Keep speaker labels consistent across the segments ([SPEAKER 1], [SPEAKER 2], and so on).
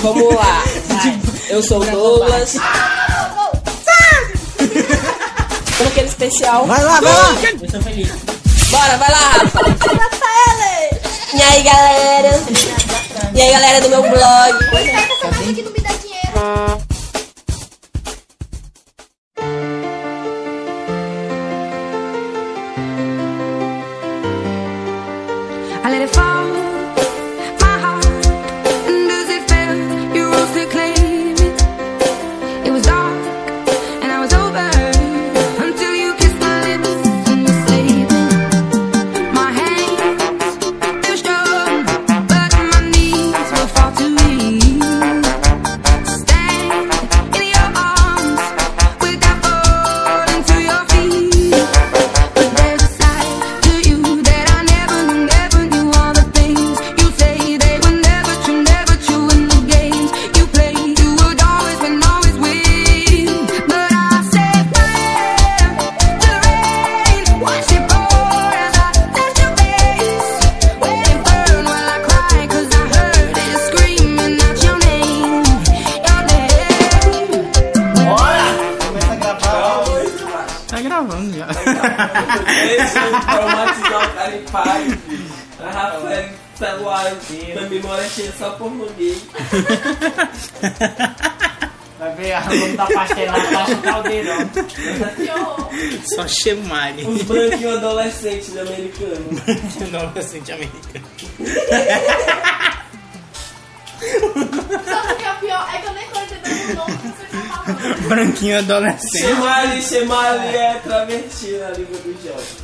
[SPEAKER 1] Vamos lá. Eu sou o Douglas. Ah, Tô naquele especial.
[SPEAKER 2] Vai lá, vai lá!
[SPEAKER 3] Eu sou feliz.
[SPEAKER 1] Bora, vai lá, Rafa. E aí, galera? E aí, galera do meu blog?
[SPEAKER 4] Essa pessoa que não me dá dinheiro.
[SPEAKER 5] I let it fall, my heart, and as it fell, you rose to claim it. It was dark, and I was over until you kissed my lips and you saved me. My hands they were strong, but my knees were far too weak. Stayed in your arms without falling to your feet. But there's a side to you that I never knew, never knew all the things you say they were never true, never true in the games you play. You would always win, always win. But I said prayer to the rain, watch it pour as I touch your face. Let it burn while I cry 'cause I heard it screaming out your name, your name.
[SPEAKER 3] Tá gravando já.
[SPEAKER 6] traumatizar o é um cara em paz, filho. A é Rafael Saguaro da memória cheia só por ninguém.
[SPEAKER 3] Vai ver a mão da pastelada, tá no caldeirão. Só um chemale.
[SPEAKER 6] Os branquinhos adolescentes americanos.
[SPEAKER 3] Adolescente americano.
[SPEAKER 4] Só porque é o pior é que eu nem tô entendendo o nome que você tá falando.
[SPEAKER 3] Branquinho adolescente.
[SPEAKER 6] Chemali, Chemali é travesti na língua dos jovens.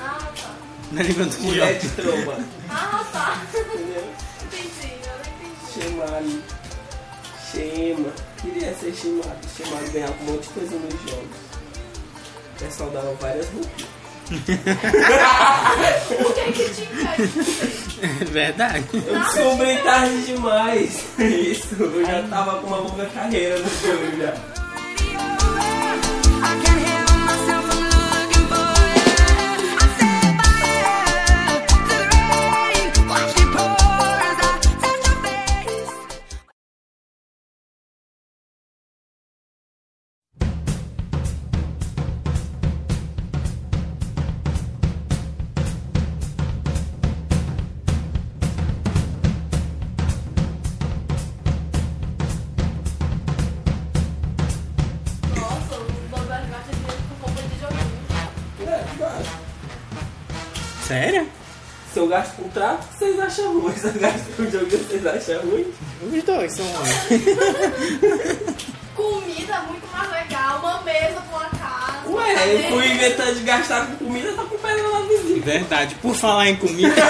[SPEAKER 4] Ah, tá.
[SPEAKER 3] Na língua é do
[SPEAKER 6] Mulher
[SPEAKER 3] Jorge.
[SPEAKER 6] de tromba.
[SPEAKER 4] Ah, tá.
[SPEAKER 6] Entendeu?
[SPEAKER 4] Entendi, eu não entendi.
[SPEAKER 6] Chemali. Chema. Queria ser Chemali. Chemali ganhava um monte de coisa nos jogos. O pessoal dava várias roupas.
[SPEAKER 4] O que é que te impede?
[SPEAKER 3] É verdade.
[SPEAKER 6] Eu descobri tarde demais. Isso, eu já tava com uma longa carreira no jogo já.
[SPEAKER 5] I can't help myself, I'm looking for you. I said fire to the rain, watch it pour as I touch your face.
[SPEAKER 4] Nossa, o Douglas gasta dinheiro com roupa de joguinho.
[SPEAKER 6] É, claro.
[SPEAKER 3] Sério?
[SPEAKER 6] Se eu gasto com trato, vocês acham ruim. Se eu gasto com jogo, vocês acham ruim.
[SPEAKER 3] Os dois são homens.
[SPEAKER 4] Comida muito mais legal, uma mesa com uma casa.
[SPEAKER 6] Ué,
[SPEAKER 4] né?
[SPEAKER 6] eu fui inventando de gastar com comida, tá com pedra na vizinha.
[SPEAKER 3] Verdade. Por falar em comida,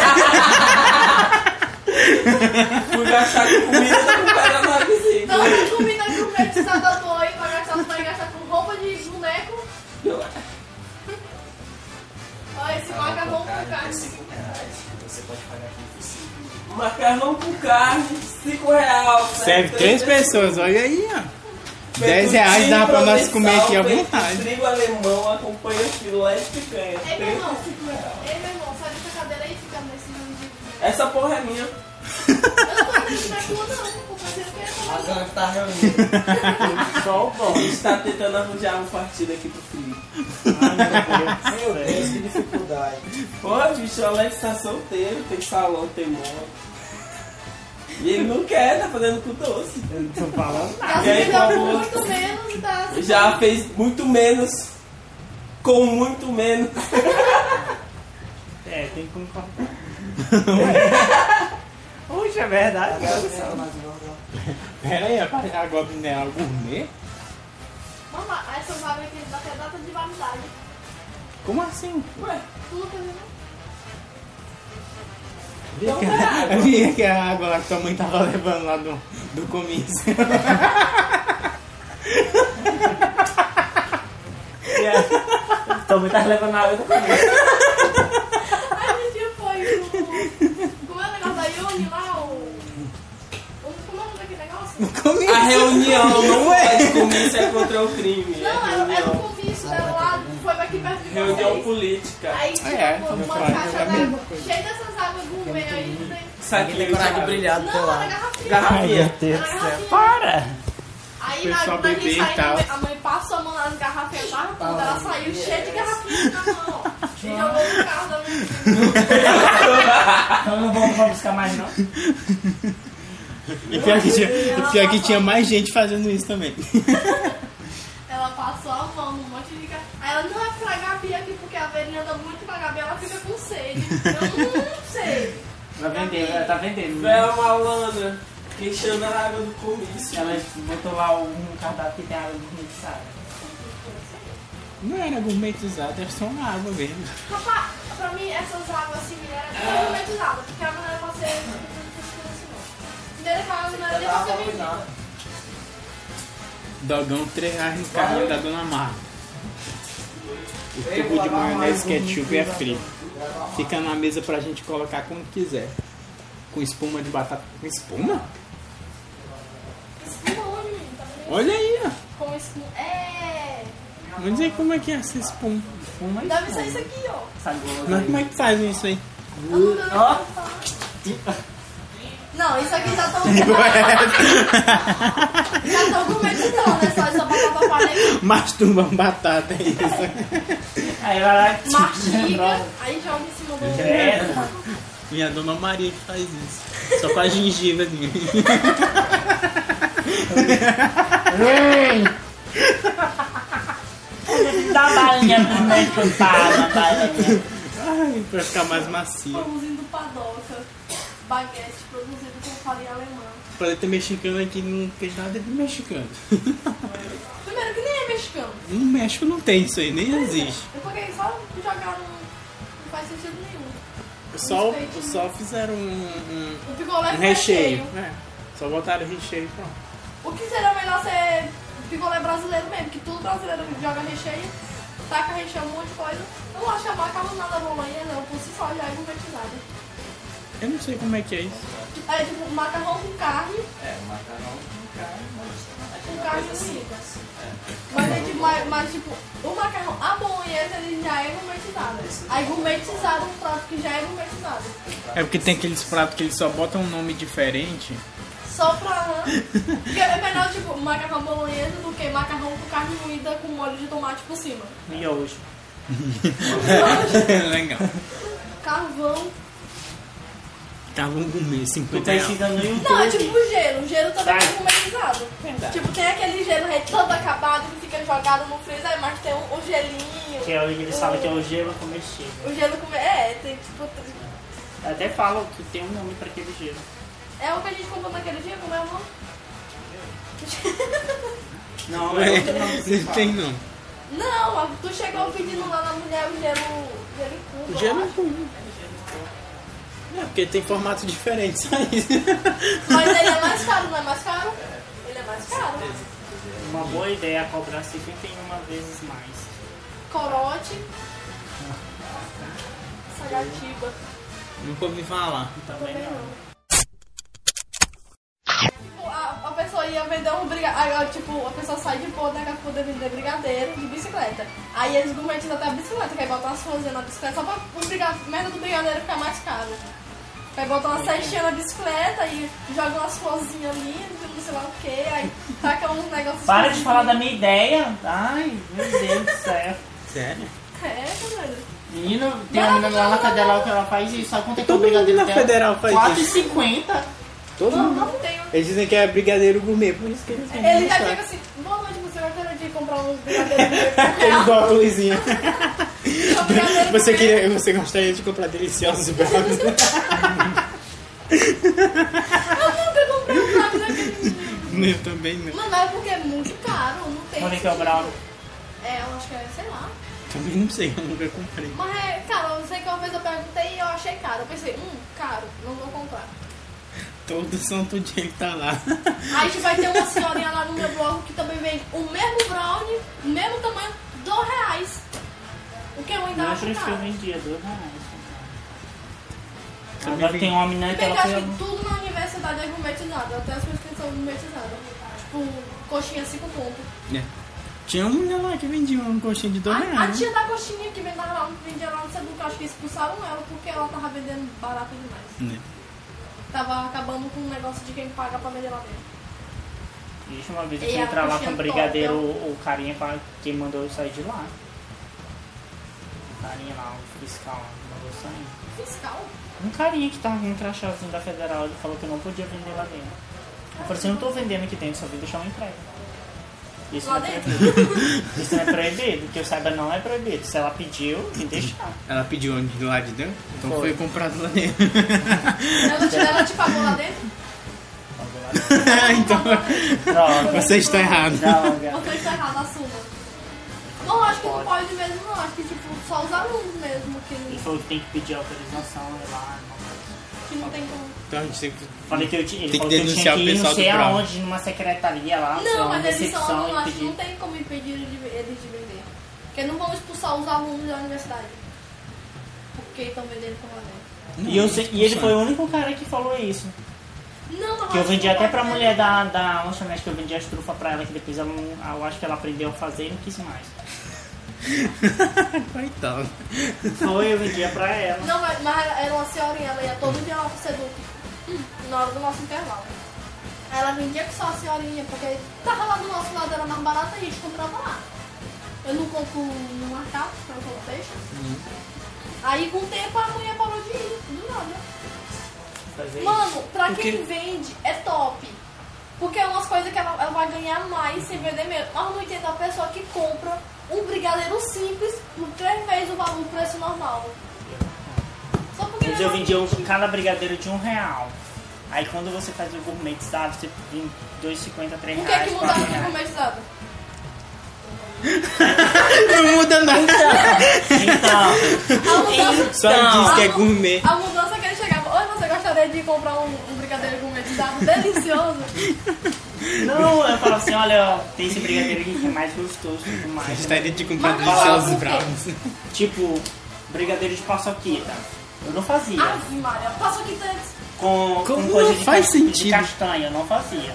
[SPEAKER 6] Fui gastar com comida, tá com pedra na vizinha.
[SPEAKER 4] Não tem comida com petizada doido pra gastar, você vai gastar com roupa de boneco. Olha, esse macarrão com carne.
[SPEAKER 6] Macarrão com carne, 5 reais. né?
[SPEAKER 3] serve três pessoas. Olha aí, ó. 10 reais dá pra nós comer aqui à vontade.
[SPEAKER 6] Trigo alemão acompanha filé de picanha.
[SPEAKER 4] Ei, meu irmão.
[SPEAKER 6] 35 reais.
[SPEAKER 4] Ei, meu irmão, sai dessa cadeira aí e fica nesse jogo de...
[SPEAKER 6] Essa porra é minha.
[SPEAKER 4] Eu não tô entendendo na tua, não. Porque você quer falar.
[SPEAKER 6] tá Só o bom. A gente tá tentando arranjar um partido aqui pro Felipe.
[SPEAKER 7] Meu Deus, que dificuldade.
[SPEAKER 6] Pô, bicho, o Alex tá solteiro, tem salão, tem moto. E ele não quer, tá fazendo com doce.
[SPEAKER 7] Eu não tô falando nada.
[SPEAKER 4] Tá
[SPEAKER 6] E aí,
[SPEAKER 4] se
[SPEAKER 6] como-
[SPEAKER 4] muito menos e tá...
[SPEAKER 6] Já fez muito menos, com muito menos.
[SPEAKER 7] É, tem como cortar. Hoje é verdade.
[SPEAKER 3] Pera aí, a a Goblin é algo gourmet?
[SPEAKER 4] Mamãe, essa vaga aqui dá até data de validade.
[SPEAKER 3] Como assim?
[SPEAKER 6] Ué,
[SPEAKER 4] Tudo que eu não...
[SPEAKER 6] não é.
[SPEAKER 3] Eu vi que a água lá que tua mãe tava levando lá do, do comício.
[SPEAKER 7] Tô muito tá levando na água do começo.
[SPEAKER 4] A gente foi o. Como é o negócio da Yoni lá? O. o- Como é o nome daquele negócio?
[SPEAKER 6] A reunião não é de comício é contra o crime.
[SPEAKER 4] Não,
[SPEAKER 6] é
[SPEAKER 4] era, era o
[SPEAKER 6] reunião,
[SPEAKER 4] comício dela lá, foi aqui perto de
[SPEAKER 6] reunião
[SPEAKER 4] vocês.
[SPEAKER 6] política.
[SPEAKER 4] Aí tinha
[SPEAKER 3] É,
[SPEAKER 4] uma,
[SPEAKER 3] eu
[SPEAKER 4] uma
[SPEAKER 3] falei,
[SPEAKER 4] caixa
[SPEAKER 3] é a mesma
[SPEAKER 4] d'água cheia dessas águas gourmet não veio ainda.
[SPEAKER 6] Saquinho
[SPEAKER 7] tem coragem de
[SPEAKER 6] sabe?
[SPEAKER 7] brilhar do teu
[SPEAKER 4] Não, era
[SPEAKER 7] lado.
[SPEAKER 4] garrafinha.
[SPEAKER 6] Garrafinha.
[SPEAKER 7] Deus
[SPEAKER 4] do céu.
[SPEAKER 7] Para!
[SPEAKER 4] Aí
[SPEAKER 3] Foi
[SPEAKER 4] na
[SPEAKER 3] só
[SPEAKER 4] hora que
[SPEAKER 3] beber e
[SPEAKER 4] saiu,
[SPEAKER 3] tal.
[SPEAKER 4] a mãe- a mãe passou a mão nas garrafinhas da puta, ela saiu cheia de garrafinhas na mão. E jogou no carro da minha filha.
[SPEAKER 7] Então não vamos vamos buscar mais, não.
[SPEAKER 2] E pior que tinha, e pior que tinha mais gente fazendo isso também.
[SPEAKER 4] Ela passou a mão num monte de garrafinha. Aí ela, não é pra Gabi aqui, porque a velhinha anda muito pra Gabi, ela fica com sede. Eu não sei.
[SPEAKER 3] Vai vender, ela tá vendendo. né?
[SPEAKER 6] Velha malandra. Queixando a água do comício.
[SPEAKER 3] Ela botou lá um cardápio que tem água desnecessária.
[SPEAKER 2] Não era gourmetizado, era só uma água mesmo.
[SPEAKER 4] Rapaz, pra mim essas águas assim eram tudo gourmetizadas, porque a água não era pra ser tudo assim não. Primeiro que a água não era nem pra ser vendida.
[SPEAKER 2] Dogão 3 reais no carrinho da Dona Marra. O tubo de maionese ketchup é
[SPEAKER 4] né?
[SPEAKER 2] frio. Fica na mesa pra gente colocar quando quiser. Com espuma de batata. Com espuma?
[SPEAKER 4] Espuma onde, menino? Tá vendo?
[SPEAKER 2] Olha aí, ó.
[SPEAKER 4] Com espuma. É!
[SPEAKER 2] Vamos dizer como é que é essa espuma.
[SPEAKER 7] Fuma e
[SPEAKER 4] Deve ser isso aqui, ó.
[SPEAKER 7] essa gola
[SPEAKER 2] Mas
[SPEAKER 7] aí.
[SPEAKER 2] como é que fazem isso aí?
[SPEAKER 4] Eu não dou nem
[SPEAKER 7] Ó.
[SPEAKER 4] pra falar. Não, isso aqui tá já estão. já estão com medo, não, né? Só, só pra pra parede,
[SPEAKER 2] Masturba batata, é isso.
[SPEAKER 7] Aí vai lá e
[SPEAKER 4] mastiga, aí joga em cima do.
[SPEAKER 7] Credo.
[SPEAKER 2] Minha dona Maria que faz isso. Só com a gengiva assim.
[SPEAKER 7] Dá balinha pro meio que fala, balinha.
[SPEAKER 2] Ai, pra ficar mais macia.
[SPEAKER 4] Pãozinho padoca. Baguete produzido com farinha alemã.
[SPEAKER 2] Pode ter mexicano aqui, não fez nada de mexicano.
[SPEAKER 4] Primeiro que nem é mexicano.
[SPEAKER 2] No México não tem isso aí, nem existe.
[SPEAKER 4] Eu paguei só jogar no. Não faz sentido nenhum.
[SPEAKER 2] Só, só fizeram um, um-
[SPEAKER 4] O picolé é
[SPEAKER 2] um
[SPEAKER 4] com
[SPEAKER 2] recheio. né? Só botaram recheio e pronto.
[SPEAKER 4] O que seria melhor ser picolé brasileiro mesmo, que tudo brasileiro joga recheio, taca recheio, um monte de coisa. Eu acho que a macarronada bolonhesa, eu por si só já é gourmetizada.
[SPEAKER 2] Eu não sei como é que é isso.
[SPEAKER 4] É tipo macarrão com carne,
[SPEAKER 6] É, macarrão com carne, mas...
[SPEAKER 4] com carne
[SPEAKER 6] assim.
[SPEAKER 4] moída. Mas, é tipo, mas, mas tipo, o macarrão, a bolonhesa, ele já é gourmetizada. Aí gourmetizado é um prato que já é gourmetizado.
[SPEAKER 2] É porque tem aqueles pratos que eles só botam um nome diferente.
[SPEAKER 4] Só pra... Porque é melhor, tipo, macarrão bolonhesa do que macarrão com carne moída com molho de tomate por cima.
[SPEAKER 7] E hoje?
[SPEAKER 2] Legal.
[SPEAKER 4] Carvão
[SPEAKER 2] Tava um gourmet,
[SPEAKER 7] Tu
[SPEAKER 2] 50 reais.
[SPEAKER 7] pesquisa Tá no
[SPEAKER 4] Não, é
[SPEAKER 7] YouTube.
[SPEAKER 4] tipo o gelo. O gelo também
[SPEAKER 7] Vai.
[SPEAKER 4] é gourmetizado. Tipo, tem aquele gelo aí todo acabado que fica jogado no freezer, aí, mas tem o, o gelinho.
[SPEAKER 7] Que é o que eles falam que é o gelo comestível.
[SPEAKER 4] O gelo com... É, tem tipo... t-
[SPEAKER 7] Até falam que tem um nome pra aquele gelo.
[SPEAKER 4] É o que a gente comprou naquele dia, como é o nome?
[SPEAKER 7] Não, é outro nome. que se
[SPEAKER 2] Não
[SPEAKER 7] fala.
[SPEAKER 2] tem não.
[SPEAKER 4] Não, a- tu chegou pedindo lá na mulher o gelo... Gelo em cuba, eu
[SPEAKER 2] Já não
[SPEAKER 4] acho.
[SPEAKER 2] É, porque tem formatos diferentes aí.
[SPEAKER 4] Mas ele é mais caro, não é mais caro? Ele é mais caro.
[SPEAKER 7] Uma boa ideia é cobrar 51 vezes mais.
[SPEAKER 4] Corote. Sagatiba.
[SPEAKER 2] Nunca ouvi falar.
[SPEAKER 7] Também
[SPEAKER 4] Também
[SPEAKER 7] não.
[SPEAKER 4] não. Tipo, a, a pessoa ia vender um brigadeiro. Tipo, a pessoa sai de boa, né? Pra poder vender brigadeiro de bicicleta. Aí eles gourmetizam até a bicicleta, que aí botam as coisas na bicicleta só pra o briga- merda do brigadeiro ficar mais caro. Aí botam uma cestinha na bicicleta e jogam umas florzinhas ali, não sei lá o que, aí tacam uns negócios.
[SPEAKER 7] Para de falar da minha ideia. Ai, meu Deus do céu.
[SPEAKER 2] Sério?
[SPEAKER 4] É, velho.
[SPEAKER 7] Menina, tem uma menina lá na Federal que ela faz isso. Sabe quanto é que o
[SPEAKER 2] Todo mundo
[SPEAKER 7] brigadeiro
[SPEAKER 2] na
[SPEAKER 7] dela?
[SPEAKER 2] Federal faz isso.
[SPEAKER 7] 4,50.
[SPEAKER 2] Todo
[SPEAKER 4] Não,
[SPEAKER 2] mundo.
[SPEAKER 4] não tem.
[SPEAKER 2] Eles dizem que é brigadeiro gourmet, por isso que eles vendem
[SPEAKER 4] Ele
[SPEAKER 2] isso
[SPEAKER 4] já
[SPEAKER 2] lá.
[SPEAKER 4] chega assim: boa noite, você vai ter de comprar um uns brigadeiros.
[SPEAKER 2] Eles dão a luzinha.
[SPEAKER 4] Só um brigadeiro
[SPEAKER 2] Você,
[SPEAKER 4] mesmo.
[SPEAKER 2] queria, você gostaria de comprar deliciosos bravos?
[SPEAKER 4] Eu nunca comprei um prato daquele menino.
[SPEAKER 2] Eu também não.
[SPEAKER 4] Mano, mas é porque é muito caro, não tem.
[SPEAKER 7] Onde que é o Brown?
[SPEAKER 4] É, eu acho que é, sei lá.
[SPEAKER 2] Também não sei, eu nunca comprei.
[SPEAKER 4] Mas é, cara, eu sei que uma vez eu perguntei e eu achei caro. Eu pensei, hum, caro, não vou comprar.
[SPEAKER 2] Todo santo dia ele tá lá.
[SPEAKER 4] Aí tipo, vai ter uma senhorinha lá no meu bloco que também vende o mesmo brownie, o mesmo tamanho, dois reais. O que eu ainda
[SPEAKER 7] Não, é
[SPEAKER 4] acho
[SPEAKER 7] por isso que eu
[SPEAKER 4] caro.
[SPEAKER 7] vendia, dois reais. Agora tem uma menina que
[SPEAKER 4] Bem que
[SPEAKER 7] ela
[SPEAKER 4] eu acho
[SPEAKER 7] foi...
[SPEAKER 4] que tudo na universidade é gourmetizado. Até as coisas que são gourmetizadas. Tipo, coxinha cinco pontos.
[SPEAKER 2] É. Tinha uma mulher lá que vendia um coxinha de dois
[SPEAKER 4] A, a
[SPEAKER 2] reais. né?
[SPEAKER 4] tia da coxinha que vendia lá, vendia lá no Seduca, acho que expulsaram ela porque ela tava vendendo barato demais.
[SPEAKER 2] Né?
[SPEAKER 4] Tava acabando com o negócio de quem paga pra vender lá dentro.
[SPEAKER 7] Ixi, uma vez eu
[SPEAKER 4] E
[SPEAKER 7] fui
[SPEAKER 4] a
[SPEAKER 7] entrar lá com
[SPEAKER 4] coxinha
[SPEAKER 7] o brigadeiro, o, o carinha pra- que mandou eu sair de lá. O carinha lá, o fiscal lá, que mandou eu sair.
[SPEAKER 4] Fiscal?
[SPEAKER 7] Um carinha que tava com um crachazinho da federal, ele falou que eu não podia vender lá dentro. Eu falei assim, eu não tô vendendo aqui dentro, só vim deixar uma entrega. Isso
[SPEAKER 4] Lá
[SPEAKER 7] não é
[SPEAKER 4] dentro?
[SPEAKER 7] proibido. Isso não é proibido, que eu saiba não é proibido. Se ela pediu, me deixar.
[SPEAKER 2] Ela pediu onde? Lá de dentro? Então
[SPEAKER 7] Foi.
[SPEAKER 2] foi, comprado lá dentro.
[SPEAKER 4] Ela te, ela te pagou lá dentro?
[SPEAKER 7] Algo lá dentro.
[SPEAKER 2] então
[SPEAKER 7] Droga,
[SPEAKER 2] você está errado.
[SPEAKER 7] droga.
[SPEAKER 4] Você está errado, assuma. Não, acho que não pode mesmo, não. Acho que tipo, só os alunos mesmo
[SPEAKER 7] Ele
[SPEAKER 4] que,
[SPEAKER 7] falou que tem que pedir autorização, ir lá. não.
[SPEAKER 4] que não tem como.
[SPEAKER 2] Então a gente tem que.
[SPEAKER 7] Falei que eu tinha, ele
[SPEAKER 2] Tem que
[SPEAKER 7] falou que eu tinha
[SPEAKER 2] denunciar
[SPEAKER 7] que
[SPEAKER 2] o
[SPEAKER 7] ir não
[SPEAKER 2] pessoal
[SPEAKER 7] sei
[SPEAKER 2] do Brau.
[SPEAKER 7] aonde, numa secretaria lá, sei
[SPEAKER 4] Não,
[SPEAKER 7] lá, Tá uma
[SPEAKER 4] mas eles são
[SPEAKER 7] recepção
[SPEAKER 4] alunos,
[SPEAKER 7] e
[SPEAKER 4] acho que
[SPEAKER 7] pedir.
[SPEAKER 4] não tem como impedir eles de- eles de vender. Porque não vão expulsar os alunos da universidade. Porque estão vendendo com lá dentro.
[SPEAKER 7] E, eu sei- e ele
[SPEAKER 2] funciona.
[SPEAKER 7] foi o único cara que falou isso.
[SPEAKER 4] Não, mas
[SPEAKER 7] Que eu
[SPEAKER 4] acho
[SPEAKER 7] vendi
[SPEAKER 4] Ah, não
[SPEAKER 7] até
[SPEAKER 4] pode
[SPEAKER 7] pra
[SPEAKER 4] mesmo.
[SPEAKER 7] mulher da, da lanchonete que eu vendi as trufas pra ela, que depois ela não, eu acho que ela aprendeu a fazer e não quis mais.
[SPEAKER 2] Coitado.
[SPEAKER 7] Foi, eu vendia pra ela.
[SPEAKER 4] Não, mas, mas era uma senhorinha, ela ia todo dia lá pro Seduc, na hora do nosso intervalo. Aí Ela vendia com só a senhorinha, porque tava lá do nosso lado, era mais barata e a gente comprava lá. Eu não compro no mercado, porque eu não compro peixe. Aí com o tempo a mulher parou de ir, do nada.
[SPEAKER 7] Fazer
[SPEAKER 4] Mano, pra
[SPEAKER 2] Porque-
[SPEAKER 4] quem vende é top. Porque é umas coisas que ela, ela vai ganhar mais sem vender mesmo. Mas eu não entendo a pessoa que compra um brigadeiro simples por três vezes o valor, o preço normal. Só porque ele
[SPEAKER 7] Mas
[SPEAKER 4] é
[SPEAKER 7] eu
[SPEAKER 4] mais
[SPEAKER 7] vendia
[SPEAKER 4] bonitinho.
[SPEAKER 7] um- cada brigadeiro de um real. Aí quando você faz o gourmetizado, você vende 2,50, 3
[SPEAKER 4] O que é que
[SPEAKER 7] reais,
[SPEAKER 4] mudaram
[SPEAKER 7] 4
[SPEAKER 4] no
[SPEAKER 7] reais.
[SPEAKER 4] gourmetizado?
[SPEAKER 2] Não muda nada.
[SPEAKER 7] Então,
[SPEAKER 4] A mudança,
[SPEAKER 2] Só
[SPEAKER 7] Então.
[SPEAKER 2] diz que é gourmet.
[SPEAKER 4] a mudança que ele chegava. Oi, você gostaria de comprar um, um brigadeiro gourmetizado delicioso?
[SPEAKER 7] não, eu falo assim, olha, ó, tem esse brigadeiro aqui que é mais gostoso e tudo mais. né?"
[SPEAKER 2] Gostaria tá de comprar
[SPEAKER 4] Mas
[SPEAKER 2] deliciosos
[SPEAKER 4] não,
[SPEAKER 2] bravos.
[SPEAKER 7] Tipo, brigadeiro de paçoquita. Eu não fazia.
[SPEAKER 4] Ave Maria, passa aqui antes.
[SPEAKER 7] com,
[SPEAKER 2] Ah, Como
[SPEAKER 7] com coisa
[SPEAKER 2] não
[SPEAKER 7] de,
[SPEAKER 2] faz
[SPEAKER 7] cas- de
[SPEAKER 2] sentido?
[SPEAKER 7] castanha, não fazia.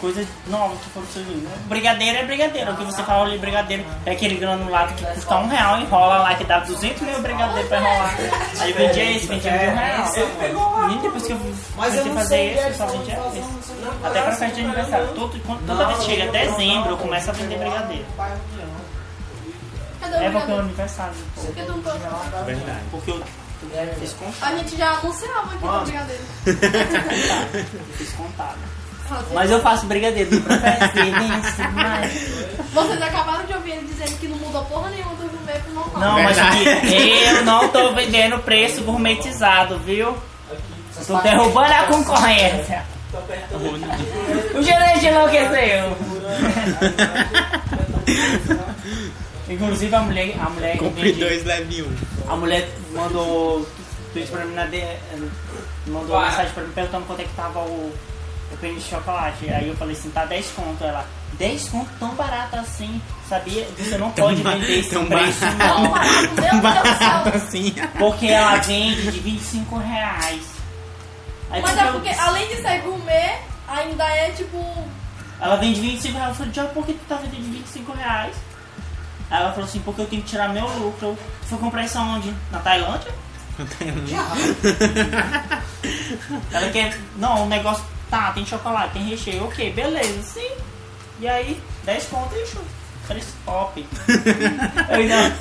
[SPEAKER 7] Coisa nova que for surgindo. Brigadeiro é brigadeiro, o que você fala ali, brigadeiro é aquele granulado que custa um real, enrola lá, que dá 200 mil brigadeiro pra enrolar. Aí eu vendia esse, vendia de um real. E depois que eu comecei a fazer esse, eu só vendia esse. Até pra festa de aniversário. Todo, quando- toda vez que chega dezembro, eu começo a vender brigadeiro.
[SPEAKER 4] Cadê o
[SPEAKER 7] É porque é o
[SPEAKER 4] brigadeiro?
[SPEAKER 7] aniversário. pô.
[SPEAKER 4] Por que tu não pôs?
[SPEAKER 2] Verdade.
[SPEAKER 7] Porque eu fiz contado,
[SPEAKER 4] A gente já anunciava aqui o brigadeiro.
[SPEAKER 7] eu fiz contado.
[SPEAKER 4] Fazer.
[SPEAKER 7] Mas eu faço brigadeiro, não prefere assim, mais.
[SPEAKER 4] Vocês acabaram de ouvir ele dizendo que não mudou porra nenhuma do gourmet pro normal.
[SPEAKER 7] Não, mas
[SPEAKER 2] Verdade.
[SPEAKER 7] aqui, eu não tô vendendo preço gourmetizado, viu? Eu tô derrubando a concorrência. O gerente enlouqueceu. Inclusive a mulher, a mulher que
[SPEAKER 2] Compre
[SPEAKER 7] vende-
[SPEAKER 2] dois, leve um.
[SPEAKER 7] a mulher mandou tweet pra mim na D- mandou uma mensagem pra mim perguntando quanto é que tava o, o pênis de chocolate. Aí eu falei assim, tá 10 conto. Ela, 10 conto tão barato assim, sabia? Você não pode
[SPEAKER 2] ba-
[SPEAKER 7] vender esse
[SPEAKER 2] tão
[SPEAKER 7] preço
[SPEAKER 2] barato.
[SPEAKER 7] não.
[SPEAKER 4] Meu
[SPEAKER 2] Barato
[SPEAKER 4] Deus do céu.
[SPEAKER 2] assim.
[SPEAKER 7] Porque ela vende de 25 reais. Aí
[SPEAKER 4] Mas
[SPEAKER 7] tipo,
[SPEAKER 4] é porque, além de ser gourmet, ainda é tipo.
[SPEAKER 7] Ela vende 25 reais. Eu falei, Diabo, por que tu tá vendendo de 25 reais? Aí ela falou assim, porque eu tenho que tirar meu lucro. Eu fui comprar isso aonde? Na Tailândia? ela quer. Não, o negócio. Tá, tem chocolate, tem recheio, ok, beleza, sim. E aí, 10 conto e show. Preço top. eu, ainda-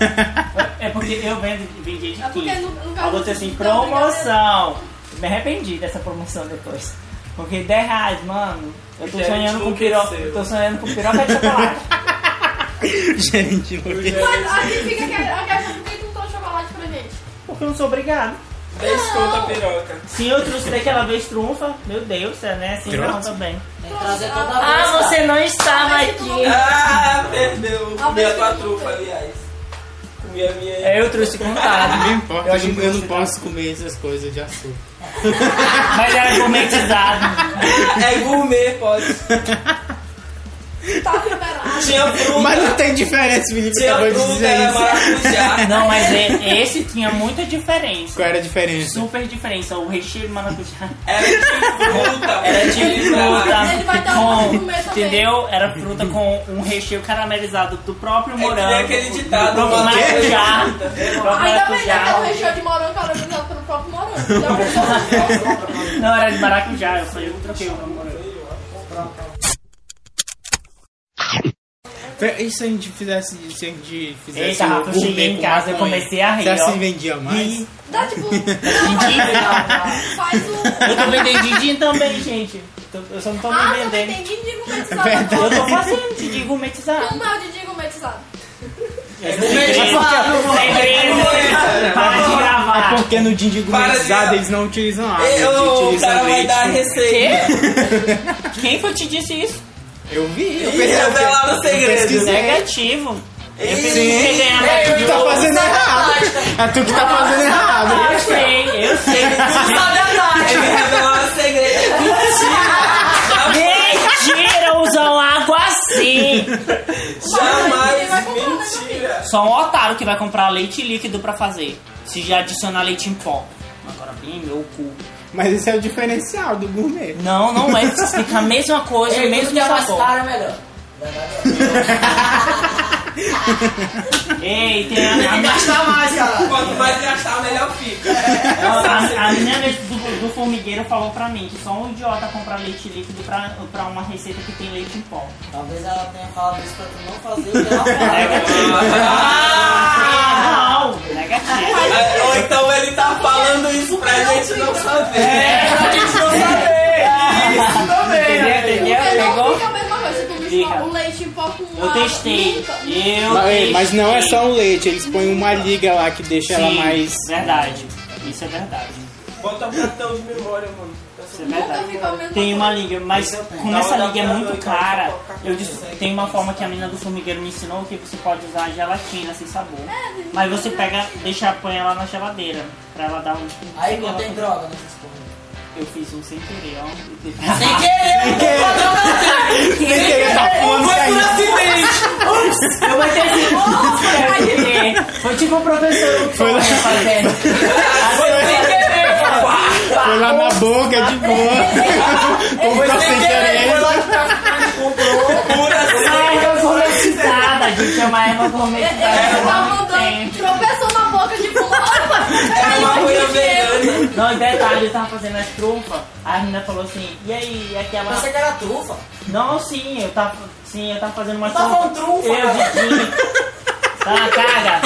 [SPEAKER 7] é porque eu vendo, vendi de
[SPEAKER 4] É porque
[SPEAKER 7] 15.
[SPEAKER 4] nunca- nunca
[SPEAKER 7] Aí você assim,
[SPEAKER 4] nunca-
[SPEAKER 7] promoção. Me arrependi dessa promoção depois. Porque 10 reais, mano. Eu tô
[SPEAKER 6] Já
[SPEAKER 7] sonhando com
[SPEAKER 6] enlouqueceu.
[SPEAKER 7] piroca. Eu tô sonhando com piroca de chocolate.
[SPEAKER 2] Gente,
[SPEAKER 6] gerente-
[SPEAKER 4] Mas aí fica a questão: por que tu não trouxe chocolate pra gente?
[SPEAKER 7] Porque eu não sou obrigado.
[SPEAKER 6] 10 conto a piroca.
[SPEAKER 7] Se eu trouxe daquela vez trunfa, meu Deus, é né? Assim não
[SPEAKER 2] Pronto.
[SPEAKER 7] também.
[SPEAKER 8] Tem que trazer toda
[SPEAKER 7] Ah,
[SPEAKER 8] vez.
[SPEAKER 7] você não estava
[SPEAKER 4] Mas tipo, tu não-
[SPEAKER 7] aqui.
[SPEAKER 6] Ah, perdeu.
[SPEAKER 4] Ah,
[SPEAKER 6] Comi a tua
[SPEAKER 4] mas-
[SPEAKER 6] trufa, aliás. Comi a minha.
[SPEAKER 7] É, eu trouxe contado.
[SPEAKER 2] não importa,
[SPEAKER 7] Eu
[SPEAKER 2] eu,
[SPEAKER 7] acho
[SPEAKER 2] não,
[SPEAKER 7] que
[SPEAKER 2] eu não
[SPEAKER 7] você
[SPEAKER 2] posso comer essas coisas de açúcar.
[SPEAKER 7] Mas é era gourmetizado.
[SPEAKER 6] É gourmet, pode.
[SPEAKER 4] Tá liberado.
[SPEAKER 6] Tinha fruta.
[SPEAKER 2] Mas não tem diferença, Felipe
[SPEAKER 6] Tinha
[SPEAKER 2] acabou de
[SPEAKER 6] fruta,
[SPEAKER 2] dizer
[SPEAKER 6] era
[SPEAKER 2] isso.
[SPEAKER 6] maracujá.
[SPEAKER 7] Não, mas e- esse tinha muita diferença.
[SPEAKER 2] Qual era a diferença?
[SPEAKER 6] é
[SPEAKER 7] Super diferença. O recheio de maracujá
[SPEAKER 6] Era é de fruta.
[SPEAKER 7] era de
[SPEAKER 6] fruta.
[SPEAKER 7] fruta.
[SPEAKER 4] Ele vai dar comer
[SPEAKER 7] com.
[SPEAKER 4] também.
[SPEAKER 7] Entendeu? Era fruta com um recheio caramelizado do próprio
[SPEAKER 6] É que
[SPEAKER 7] morango.
[SPEAKER 6] nem aquele ditado,
[SPEAKER 7] Do
[SPEAKER 6] mano.
[SPEAKER 7] maracujá. do
[SPEAKER 4] Ainda bem que aquela
[SPEAKER 7] maracujá.
[SPEAKER 4] região de morango caramelizado pelo próprio morango. Já pensou se fosse?
[SPEAKER 7] Não, era de maracujá, eu falei, eu troquei o nome do morango.
[SPEAKER 2] E se a gente fizesse. Se a gente fizesse.
[SPEAKER 7] Eita,
[SPEAKER 2] um
[SPEAKER 7] Rafa, eu
[SPEAKER 2] gourmet
[SPEAKER 7] cheguei em
[SPEAKER 2] com
[SPEAKER 7] casa, eu
[SPEAKER 2] maconha?
[SPEAKER 7] comecei a rir,
[SPEAKER 2] Será que
[SPEAKER 7] ó.
[SPEAKER 2] vocês vendiam mais?
[SPEAKER 7] Ih,
[SPEAKER 4] Dá tipo. não, Faz um-
[SPEAKER 7] Eu
[SPEAKER 4] o.
[SPEAKER 7] também tenho Didin também, gente. Tô- Eu só não tô
[SPEAKER 4] Ah,
[SPEAKER 7] me
[SPEAKER 4] também
[SPEAKER 7] vendendo.
[SPEAKER 4] tem Didi
[SPEAKER 7] Eu
[SPEAKER 4] gourmetizado.
[SPEAKER 7] tô fazendo Didin gourmetizado.
[SPEAKER 4] Como é o Didi gourmetizado?
[SPEAKER 7] Segredo, para de gravar.
[SPEAKER 2] é Porque no Dindi
[SPEAKER 6] Para
[SPEAKER 2] gourmetizado
[SPEAKER 6] de-
[SPEAKER 2] eles não utilizam água, eles
[SPEAKER 6] Eu, o
[SPEAKER 7] é
[SPEAKER 6] cara
[SPEAKER 2] utilizam
[SPEAKER 6] vai
[SPEAKER 2] leite.
[SPEAKER 6] dar a receita.
[SPEAKER 7] Quê? Quem foi que te disse isso?
[SPEAKER 2] Eu vi, eu
[SPEAKER 6] Ih,
[SPEAKER 2] pensei.
[SPEAKER 6] revelaram o segredo.
[SPEAKER 7] Negativo. Eu
[SPEAKER 6] Ih,
[SPEAKER 7] pensei que ganhava
[SPEAKER 2] É tu que tá
[SPEAKER 7] tudo.
[SPEAKER 2] fazendo errado. É tu que tá fazendo
[SPEAKER 4] Ah,
[SPEAKER 2] errado.
[SPEAKER 7] Eu sei, eu sei.
[SPEAKER 6] Ele revelou é o segredo.
[SPEAKER 7] Mentira, usam água assim.
[SPEAKER 4] Ele vai
[SPEAKER 6] Jamais.
[SPEAKER 4] comprar, né, meu
[SPEAKER 6] Mentira.
[SPEAKER 7] Só um otário que vai comprar leite líquido pra fazer. Se já adicionar leite em pó. Agora bem meu cu.
[SPEAKER 2] Mas esse é o diferencial do gourmet.
[SPEAKER 7] Não, não é. Fica a mesma coisa, o mesmo sabor.
[SPEAKER 3] é melhor.
[SPEAKER 7] Ei, tem a, a,
[SPEAKER 3] Gastar mais, é cara.
[SPEAKER 6] Quanto mais gastar, melhor fica.
[SPEAKER 7] a, a minha vez do, do formigueiro falou pra mim que só um idiota compra leite líquido pra, pra uma receita que tem leite em pó.
[SPEAKER 3] Talvez ela tenha falado isso pra tu não fazer o que ela fala.
[SPEAKER 6] Ah!
[SPEAKER 7] Não, negativo.
[SPEAKER 6] Ah, Ou então ele tá falando isso pra gente não saber.
[SPEAKER 7] É, pra gente não saber. Isso também.
[SPEAKER 6] né?
[SPEAKER 7] Entendeu? Entendeu?
[SPEAKER 4] Porque não
[SPEAKER 7] Pegou?
[SPEAKER 4] fica a mesma coisa. Tu
[SPEAKER 7] É, Fica.
[SPEAKER 4] mistura um leite em pó com água.
[SPEAKER 7] Eu testei.
[SPEAKER 4] Nunca, nunca.
[SPEAKER 7] Eu
[SPEAKER 2] Mas, mas não é
[SPEAKER 7] testei.
[SPEAKER 2] só o leite, eles põem uma liga lá que deixa ela é
[SPEAKER 7] Sim,
[SPEAKER 2] mais.
[SPEAKER 7] Verdade. Isso é verdade.
[SPEAKER 6] Bota um cartão de memória, mano.
[SPEAKER 7] Isso é
[SPEAKER 4] Nunca
[SPEAKER 7] verdade.
[SPEAKER 4] fica a mesma
[SPEAKER 7] Tem
[SPEAKER 4] coisa.
[SPEAKER 7] uma liga, mas como essa
[SPEAKER 6] Dá uma
[SPEAKER 7] liga é
[SPEAKER 6] olhada
[SPEAKER 7] muito
[SPEAKER 6] doida,
[SPEAKER 7] cara,
[SPEAKER 6] só colocar
[SPEAKER 7] eu disse, tem uma forma que a menina do formigueiro me ensinou que você pode usar gelatina sem sabor.
[SPEAKER 4] tem
[SPEAKER 7] Mas você pega, deixa põe ela na geladeira, pra ela dar um.
[SPEAKER 3] Aí contém droga nessas coisas.
[SPEAKER 7] Eu fiz um sem querer,
[SPEAKER 3] Sem
[SPEAKER 7] ó.
[SPEAKER 3] querer!
[SPEAKER 2] Sem querer, tá fumando caindo.
[SPEAKER 7] Eu botei assim, "Nossa, sem querer." Foi tipo o professor que né?
[SPEAKER 2] Foi lá-
[SPEAKER 7] fazendo.
[SPEAKER 2] Foi lá na boca é de boa. Como tá sem querer.
[SPEAKER 6] tá
[SPEAKER 7] A erva gourmetizada, a gente chama erva gourmetizada.
[SPEAKER 4] Ele
[SPEAKER 7] Ela
[SPEAKER 4] tá
[SPEAKER 7] não
[SPEAKER 4] mandando.
[SPEAKER 7] tem.
[SPEAKER 4] Tropeçou na boca de fulano.
[SPEAKER 6] É uma coisa vegana.
[SPEAKER 7] Não, e detalhe, eu tava fazendo as trufas, a menina falou assim, e aí, e aquela...
[SPEAKER 3] Você que era trufa.
[SPEAKER 7] Não, sim, eu tava, sim, eu tava fazendo uma
[SPEAKER 3] Tá com trufa,
[SPEAKER 7] Eu,
[SPEAKER 3] cara.
[SPEAKER 7] Didinho. Tá, caga.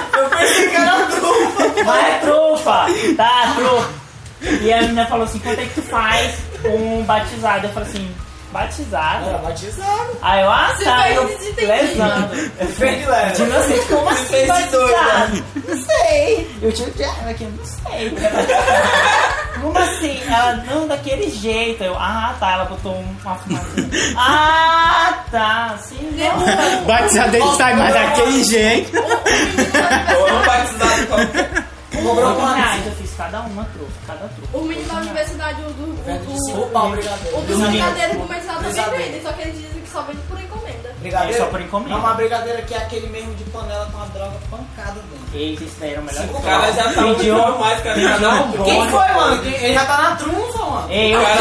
[SPEAKER 3] Eu pensei que era trufa.
[SPEAKER 7] Mas é trufa, tá, trufa. E a menina falou assim, quanto é que tu faz um batizado? Eu falei assim,
[SPEAKER 3] Era
[SPEAKER 7] batizado?
[SPEAKER 3] batizado.
[SPEAKER 7] Aí eu, ah, tá, eu
[SPEAKER 4] fez desentendido.
[SPEAKER 7] lesando. Eu
[SPEAKER 3] Fez
[SPEAKER 8] né?
[SPEAKER 3] de leve.
[SPEAKER 7] não sei como assim,
[SPEAKER 6] fez de doida.
[SPEAKER 7] batizado. Não sei. Eu tinha que aqui, não sei. Como assim? Ela, não, daquele jeito. Eu, ah, tá, ela botou um- uma fumacinha. Ah, tá, sim, não.
[SPEAKER 2] Batizado ele sai tá mais daquele jeito.
[SPEAKER 6] Ou batizado com
[SPEAKER 3] Cobrou
[SPEAKER 7] Oito
[SPEAKER 3] quanto?
[SPEAKER 7] reais eu fiz cada uma trufa, cada trufa.
[SPEAKER 4] O menino da universidade, o do. O,
[SPEAKER 3] Desculpa,
[SPEAKER 4] o, o
[SPEAKER 3] brigadeiro.
[SPEAKER 4] do brigadeiro gourmetizado
[SPEAKER 3] Brigadeiro.
[SPEAKER 4] também vendem, só que eles dizem que só vende por encomenda.
[SPEAKER 3] Brigadeiro?
[SPEAKER 7] É só por encomenda.
[SPEAKER 3] Não, mas brigadeiro aqui é aquele mesmo de panela com a droga pancada dentro.
[SPEAKER 7] Eita, isso daí era o melhor.
[SPEAKER 3] Cinco
[SPEAKER 6] O cara já tá muito
[SPEAKER 7] Pediu-
[SPEAKER 6] mais que a minha não.
[SPEAKER 7] pediu um
[SPEAKER 3] Quem
[SPEAKER 7] bolo.
[SPEAKER 3] foi, mano? Quem- Ele já tá na trunfa, mano. tá
[SPEAKER 7] Ei, eu
[SPEAKER 6] Cara,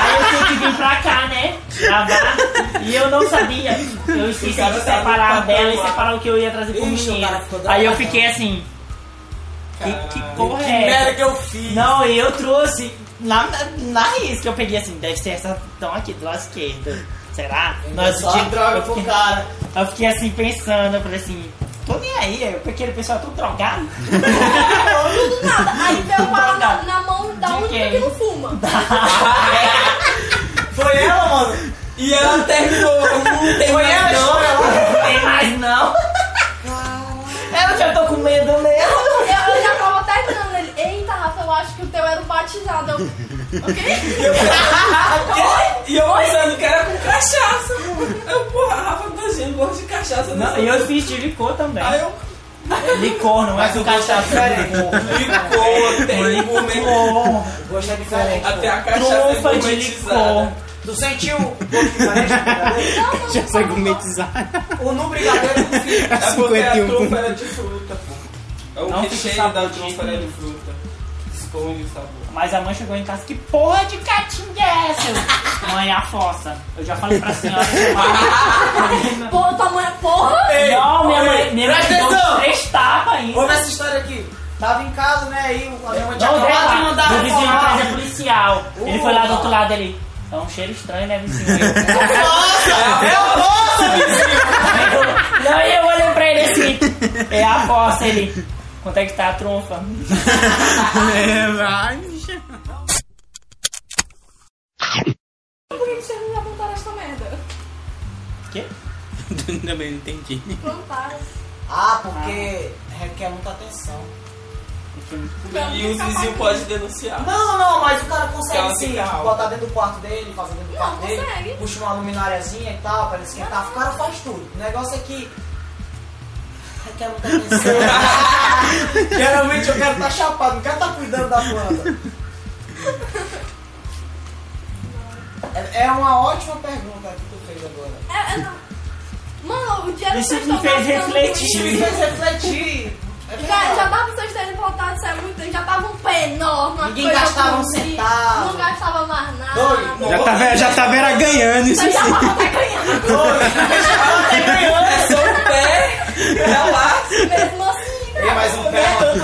[SPEAKER 7] Aí eu tive que vir pra cá, né? Gravar. E eu não sabia. Eu esqueci
[SPEAKER 6] cara
[SPEAKER 7] de
[SPEAKER 6] tá
[SPEAKER 7] separar
[SPEAKER 6] no
[SPEAKER 7] dela e
[SPEAKER 6] papel,
[SPEAKER 7] separar o que eu ia trazer pro
[SPEAKER 3] Ixi, o
[SPEAKER 7] menino.
[SPEAKER 3] cara ficou da
[SPEAKER 7] Aí eu
[SPEAKER 3] hora,
[SPEAKER 7] fiquei assim. Que, que porra
[SPEAKER 3] Que
[SPEAKER 7] é essa?
[SPEAKER 3] merda que eu fiz.
[SPEAKER 7] Não, e eu trouxe na, na, na risca. Eu peguei assim, deve ser essa tão aqui do lado esquerdo. Será? Nós
[SPEAKER 3] Só a droga
[SPEAKER 7] eu,
[SPEAKER 3] pro
[SPEAKER 7] fiquei,
[SPEAKER 3] cara.
[SPEAKER 7] eu fiquei assim pensando, eu falei assim, tô nem aí, porque aquele pessoal é tudo drogado.
[SPEAKER 4] Tudo nada. Aí veio parar na, na mão da
[SPEAKER 7] De
[SPEAKER 4] única
[SPEAKER 7] quem?
[SPEAKER 4] que não fuma.
[SPEAKER 3] Foi ela, mano?
[SPEAKER 6] E ela terminou. Não tem
[SPEAKER 3] Foi
[SPEAKER 6] mais
[SPEAKER 3] ela,
[SPEAKER 6] não.
[SPEAKER 3] chorou ela.
[SPEAKER 7] Tem mais não. Eu já tô com medo mesmo.
[SPEAKER 4] Eu, eu já tava até dando ele. Eita, Rafa, eu acho que o teu era o batizado. Eu, ok?
[SPEAKER 6] E eu pensando que era com cachaça. Eu, porra, a Rafa tá agindo gosto de cachaça.
[SPEAKER 7] Não,
[SPEAKER 6] nessa-
[SPEAKER 7] e eu fiz de licor também.
[SPEAKER 8] Ah,
[SPEAKER 6] Aí eu
[SPEAKER 7] Licor, não é
[SPEAKER 3] Mas
[SPEAKER 7] que
[SPEAKER 3] o
[SPEAKER 7] o
[SPEAKER 3] gosto é
[SPEAKER 7] cachaça
[SPEAKER 3] diferente.
[SPEAKER 6] licor, tem gourmet.
[SPEAKER 3] O gosto é diferente.
[SPEAKER 6] Até a cachaça é
[SPEAKER 7] Trufa de licor.
[SPEAKER 6] gourmetizada.
[SPEAKER 3] Tu sentiu o gosto diferente do brigadeiro?
[SPEAKER 4] Não, não,
[SPEAKER 2] Já
[SPEAKER 4] não,
[SPEAKER 2] sai
[SPEAKER 4] não,
[SPEAKER 2] gourmetizado.
[SPEAKER 3] O no brigadeiro não fica.
[SPEAKER 2] É
[SPEAKER 6] É porque a
[SPEAKER 2] 51.
[SPEAKER 6] trufa era de fruta, pô. É o
[SPEAKER 7] um Não fica
[SPEAKER 6] recheio da
[SPEAKER 7] sabor de
[SPEAKER 6] trufa
[SPEAKER 7] jeito
[SPEAKER 6] era de
[SPEAKER 7] nenhum.
[SPEAKER 6] fruta. Esconde o sabor.
[SPEAKER 7] Mas a mãe chegou em casa, que porra de caatinga é é, seu? Mãe, a fossa. Eu já falei pra senhora que
[SPEAKER 4] Pô, tua mãe é porra!
[SPEAKER 7] Não, minha mãe, minha mãe
[SPEAKER 8] Presta
[SPEAKER 7] deu
[SPEAKER 8] atenção.
[SPEAKER 7] três tapas ainda.
[SPEAKER 8] Ouve essa história aqui. Tava em casa, né? Aí a minha mãe tinha
[SPEAKER 7] Não,
[SPEAKER 8] acabado de
[SPEAKER 7] dela,
[SPEAKER 8] mandar
[SPEAKER 7] do vizinho de casa é
[SPEAKER 8] falar.
[SPEAKER 7] policial. Ele foi lá do outro lado, ele... É um cheiro estranho, né, vizinho?
[SPEAKER 8] Nossa! É a nossa, vizinho!
[SPEAKER 7] Não, e eu olhei pra ele assim. É a aposta, ele. Quanto é que tá a trunfa?
[SPEAKER 2] É, vai, bicha.
[SPEAKER 4] Por que que vocês não já plantaram esta merda?
[SPEAKER 7] Quê?
[SPEAKER 2] Também não entendi.
[SPEAKER 4] Plantaram.
[SPEAKER 8] Ah, porque requer muita atenção.
[SPEAKER 6] E um os vizinhos podem denunciar.
[SPEAKER 8] Não, não, mas o cara consegue
[SPEAKER 6] Ela
[SPEAKER 8] se
[SPEAKER 6] fica alta.
[SPEAKER 8] botar dentro do quarto dele, fazer dentro do
[SPEAKER 4] Não,
[SPEAKER 8] quarto dele,
[SPEAKER 4] consegue.
[SPEAKER 8] puxa uma lumináriazinha e tal, pra ele esquentar. O cara faz tudo. O negócio é que. Requer muita atenção. Geralmente eu quero estar chapado, não quero estar cuidando da planta. É- É uma ótima pergunta que tu fez agora.
[SPEAKER 4] É, é não. Mano, o dinheiro
[SPEAKER 7] Isso
[SPEAKER 4] vocês
[SPEAKER 7] me
[SPEAKER 4] estão
[SPEAKER 7] fez
[SPEAKER 4] gastando com
[SPEAKER 7] refletir.
[SPEAKER 8] Isso
[SPEAKER 4] isso-
[SPEAKER 8] me fez refletir. É
[SPEAKER 4] tá Já,
[SPEAKER 8] verdade.
[SPEAKER 4] já dava pra vocês terem plantado isso há muito tempo, já tava um pé enorme, uma
[SPEAKER 8] Ninguém
[SPEAKER 4] coisa
[SPEAKER 8] gastava um
[SPEAKER 4] bonita,
[SPEAKER 8] centavo.
[SPEAKER 4] Não gastava mais nada.
[SPEAKER 8] Doido.
[SPEAKER 2] Já tava, já tava era ganhando isso
[SPEAKER 4] Vocês
[SPEAKER 8] Tá
[SPEAKER 4] já
[SPEAKER 2] sim.
[SPEAKER 4] estavam até
[SPEAKER 6] É
[SPEAKER 4] ganhando
[SPEAKER 6] só o pé, é lá.
[SPEAKER 4] mesmo assim,
[SPEAKER 8] Tem
[SPEAKER 4] cara.
[SPEAKER 8] mais um pé.